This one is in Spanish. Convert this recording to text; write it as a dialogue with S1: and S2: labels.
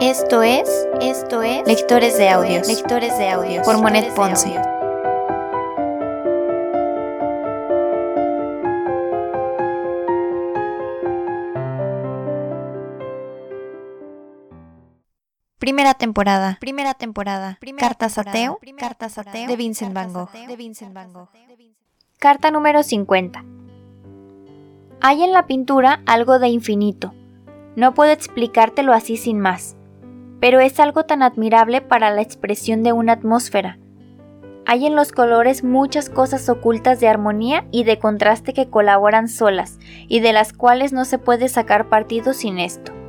S1: Esto es, esto es Lectores de Audios, Lectores de Audios por Monet Ponce. Primera temporada, primera temporada, Cartas a Teo, Cartas a Teo de Vincent Van Gogh, de Vincent Van Gogh.
S2: Carta número 50. Hay en la pintura algo de infinito. No puedo explicártelo así sin más, pero es algo tan admirable para la expresión de una atmósfera. Hay en los colores muchas cosas ocultas de armonía y de contraste que colaboran solas, y de las cuales no se puede sacar partido sin esto.